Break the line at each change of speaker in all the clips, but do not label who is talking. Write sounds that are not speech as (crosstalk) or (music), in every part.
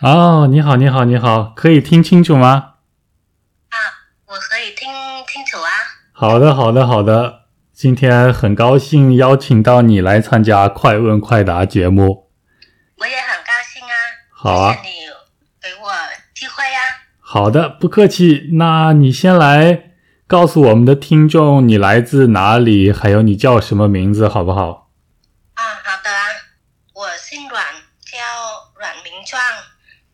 哦，你好，你好，你好，可以听清楚吗？
啊，我可以听清楚啊。
好的，好的，好的。今天很高兴邀请到你来参加《快问快答》节目。
我也很高兴啊。
好啊
谢谢你给我机会啊呀、
好的，不客气。那你先来告诉我们的听众你来自哪里，还有你叫什么名字，好不好？
啊。好的啊。我姓阮，叫阮明壮，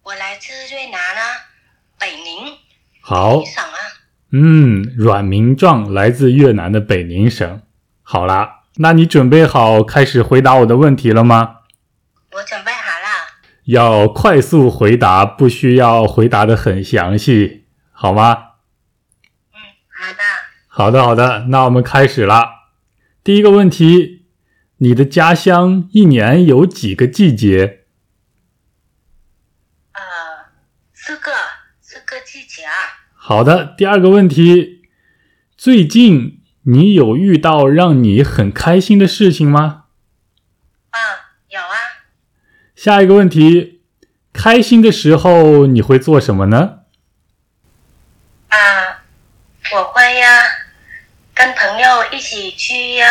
我来自越南啊，北宁
好
一，省啊。
嗯，阮明壮来自越南的北宁省。好啦，那你准备好开始回答我的问题了吗？
我准备好了。
要快速回答，不需要回答的很详细，好吗？
嗯，好的。
好的，好的，那我们开始啦。第一个问题，你的家乡一年有几个季节？
呃，四个四个季节啊。
好的，第二个问题，最近你有遇到让你很开心的事情吗？
啊，有啊。
下一个问题，开心的时候你会做什么呢？
啊，我会呀、跟朋友一起去呀、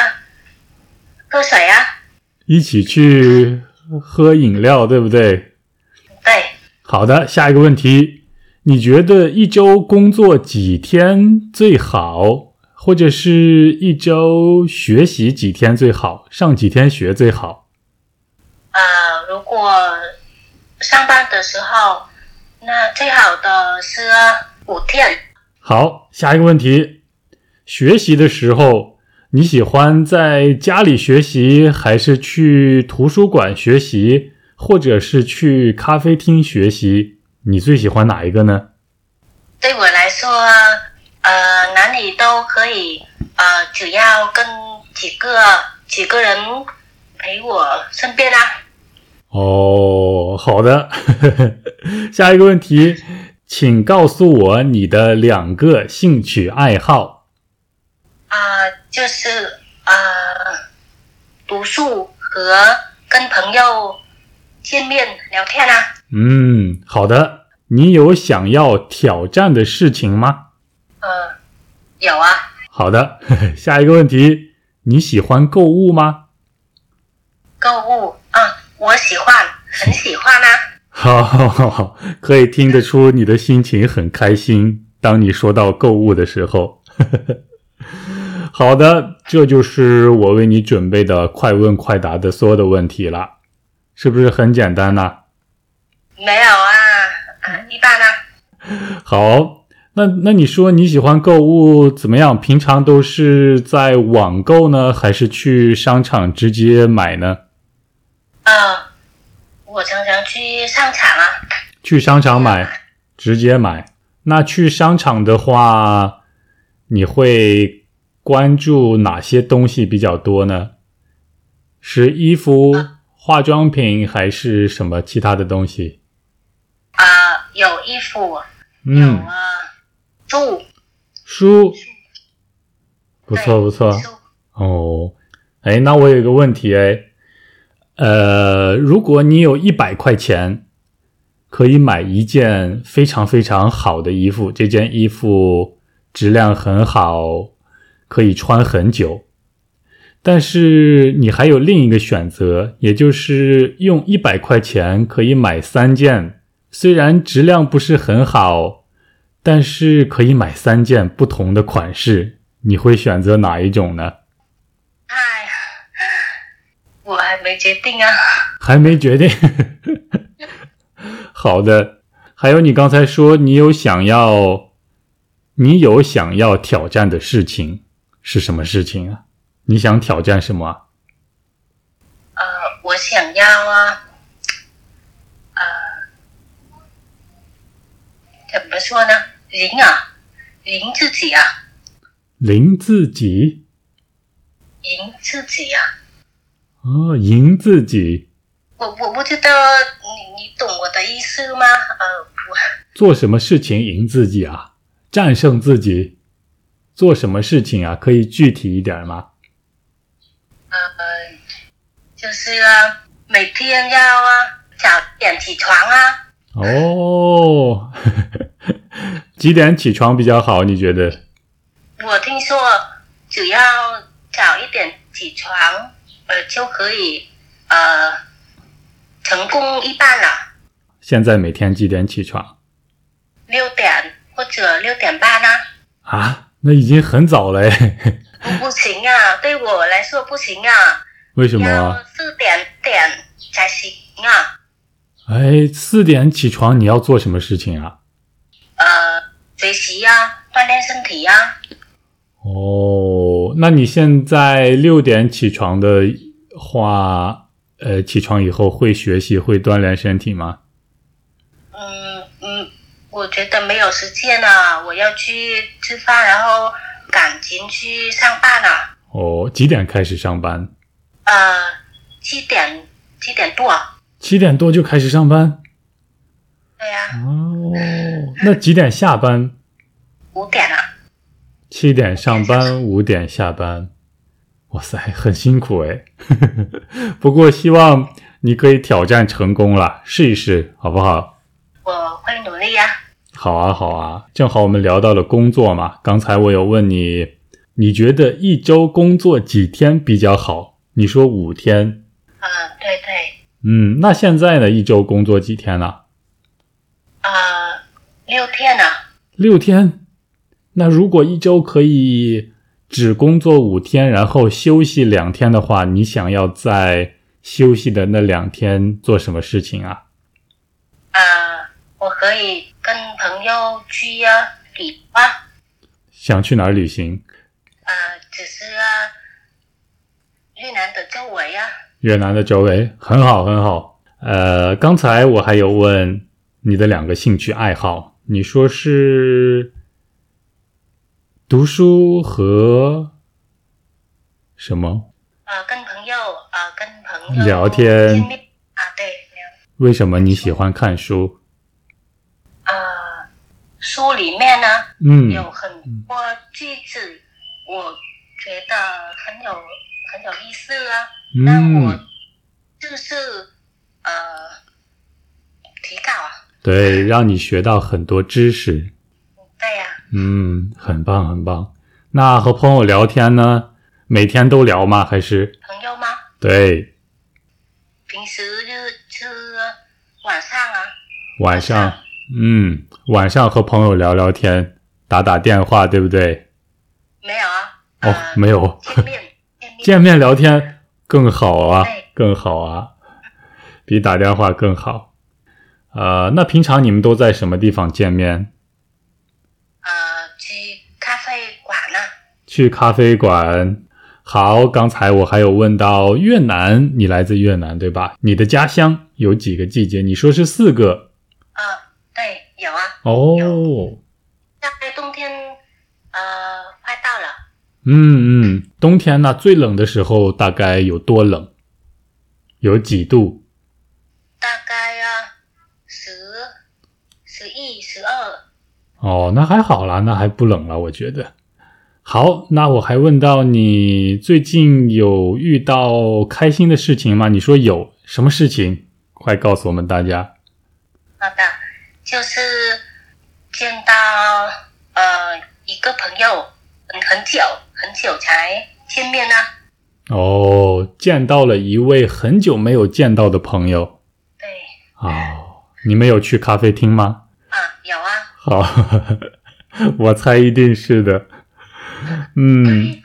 喝水啊。
一起去喝饮料，对不对？
对，
好的，下一个问题，你觉得一周工作几天最好，或者是一周学习几天最好，上几天学最好？
呃，如果上班的时候，那最好的是啊五天。
好，下一个问题，学习的时候你喜欢在家里学习，还是去图书馆学习，或者是去咖啡厅学习？你最喜欢哪一个呢？
对我来说，啊呃，哪里都可以，呃，只要跟几个几个人陪我身边啊。
哦，好的。 (laughs) 下一个问题，请告诉我你的两个兴趣爱好。
啊、就是呃，读书和跟朋友见面聊天啊。
嗯，好的。你有想要挑战的事情吗？
呃，有啊，
好的。 (laughs) 下一个问题，你喜欢购物吗？
购物啊，我喜欢，很喜欢啊。
好，好，好，好，可以听得出你的心情很开心。当你说到购物的时候， (laughs) 好的，这就是我为你准备的快问快答的所有的问题了，是不是很简单啊呢、
没有啊，啊，一般啊。
好，那那你说你喜欢购物怎么样？平常都是在网购呢，还是去商场直接买呢？
呃，我常常去商场啊。
去商场买，直接买。那去商场的话，你会关注哪些东西比较多呢？是衣服、
啊
化妆品，还是什么其他的东西？
呃，有衣服，有
嗯，
啊，住，
书，不错
对
不错
住
哦。哎，那我有一个问题哎，呃，如果你有一百块钱，可以买一件非常非常好的衣服，这件衣服质量很好，可以穿很久。但是你还有另一个选择，也就是用一百块钱可以买三件，虽然质量不是很好，但是可以买三件不同的款式。你会选择哪一种呢？
哎呀，我还没决定啊。
还没决定。 (laughs) 好的，还有你刚才说你有想要，你有想要挑战的事情是什么事情啊？你想挑战什么啊？
呃，我想要啊，呃，怎么说呢？赢啊，赢自己啊，
赢自己
赢自己啊。
哦，赢自己，
我我不知道你你懂我的意思吗？呃，我
做什么事情赢自己啊？战胜自己，做什么事情啊？可以具体一点吗？
呃，就是啊，每天要啊早点起床啊，
哦， (laughs) 几点起床比较好？你觉得？
我听说只要早一点起床，呃，就可以呃成功一半了，
现在每天几点起床
六点或者六点半啦、
啊？那已经很早了哎， (laughs)
不不行啊，对我来说不行啊，
为什么
要
啊？
四点点才行啊。
哎，四点起床你要做什么事情啊？
呃，学习啊，锻炼身体啊，
哦，那你现在六点起床的话，呃，起床以后会学习会锻炼身体吗？
嗯嗯，我觉得没有时间啊，我要去吃饭，然后赶紧去上班了、啊。
哦，几点开始上班？
呃，七点七点多，
七点多就开始上班？
对啊呀、
哦，那几点下班？
五点啊，
七点上班，五点下班。哇塞，很辛苦哎。 (laughs) 不过希望你可以挑战成功啦，试一试好不好？
我会努力呀、
好啊，好啊。正好我们聊到了工作嘛，刚才我有问你，你觉得一周工作几天比较好？你说五天。
啊。呃，对对，
嗯，那现在呢？一周工作几天了？
呃，六天啊，
六天。那如果一周可以只工作五天，然后休息两天的话，你想要在休息的那两天做什么事情啊？
呃，我可以跟朋友去啊旅游啊，
想去哪儿旅行？
呃，只是啊，越南的周围啊，
越南的周围，很好，很好。呃，刚才我还有问你的两个兴趣爱好，你说是读书和什么？
呃，跟朋友呃，跟朋友
聊天
见面啊，对，聊
为什么你喜欢看书？
呃，书里面呢
嗯，
有很多句子，我觉得很有很有意思啊。那我
嗯。
就是呃提高啊，
对，让你学到很多知识。
对呀、
嗯，很棒，很棒。那和朋友聊天呢？每天都聊吗？还是
朋友吗？
对
平时就是吃晚上啊，
晚上？嗯，晚上和朋友聊聊天，打打电话，对不对？
没有啊？
哦，
呃、
没有，
见
(laughs)
面见面
见面聊天更好啊
对，
更好啊，比打电话更好。呃，那平常你们都在什么地方见面？
呃去咖啡馆啊，
去咖啡馆。好，刚才我还有问到越南，你来自越南对吧？你的家乡有几个季节？你说是四个
呃对有啊，
哦。
大概冬天呃快到了，
嗯嗯，冬天呢、最冷的时候大概有多冷？有几度？
大概啊十十一十二，
哦，那还好啦，那还不冷了，我觉得。好，那我还问到你最近有遇到开心的事情吗？你说有什么事情？快告诉我们大家。
好的，啊就是见到呃一个朋友，嗯很久很久才见面呢、啊
哦，见到了一位很久没有见到的朋友
对
哦，你们有去咖啡厅吗？
啊，有啊，
好， (laughs) 我猜一定是的。嗯，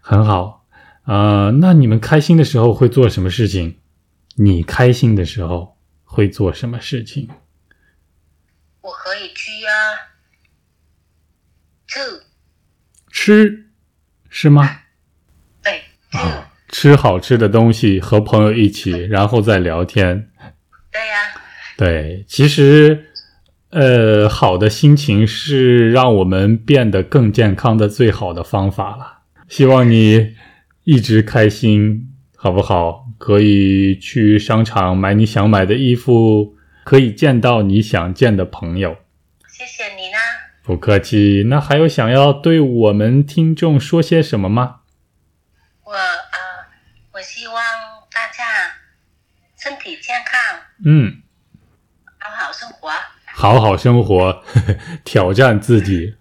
很好。呃，那你们开心的时候会做什么事情？你开心的时候会做什么事情？
我可以去啊，吃
吃，是吗？
对吃
啊，吃好吃的东西，和朋友一起，然后再聊天。
对啊呀、
对，其实，呃，好的心情是让我们变得更健康的最好的方法了。希望你一直开心，好不好？可以去商场买你想买的衣服，可以见到你想见的朋友。
谢谢你呢。
不客气。那还有想要对我们听众说些什么吗？
我呃，我希望大家身体健康，
嗯，
好好生生活。
好好生活， (laughs) 呵呵挑战自己。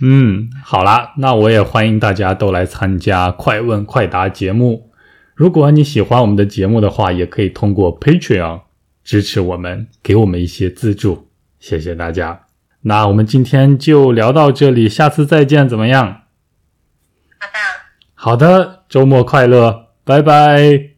嗯，好啦，那我也欢迎大家都来参加《快问快答》节目。如果你喜欢我们的节目的话，也可以通过 Patreon 支持我们，给我们一些资助，谢谢大家。那我们今天就聊到这里，下次再见，怎么样？
好的，
好的，周末快乐，拜拜。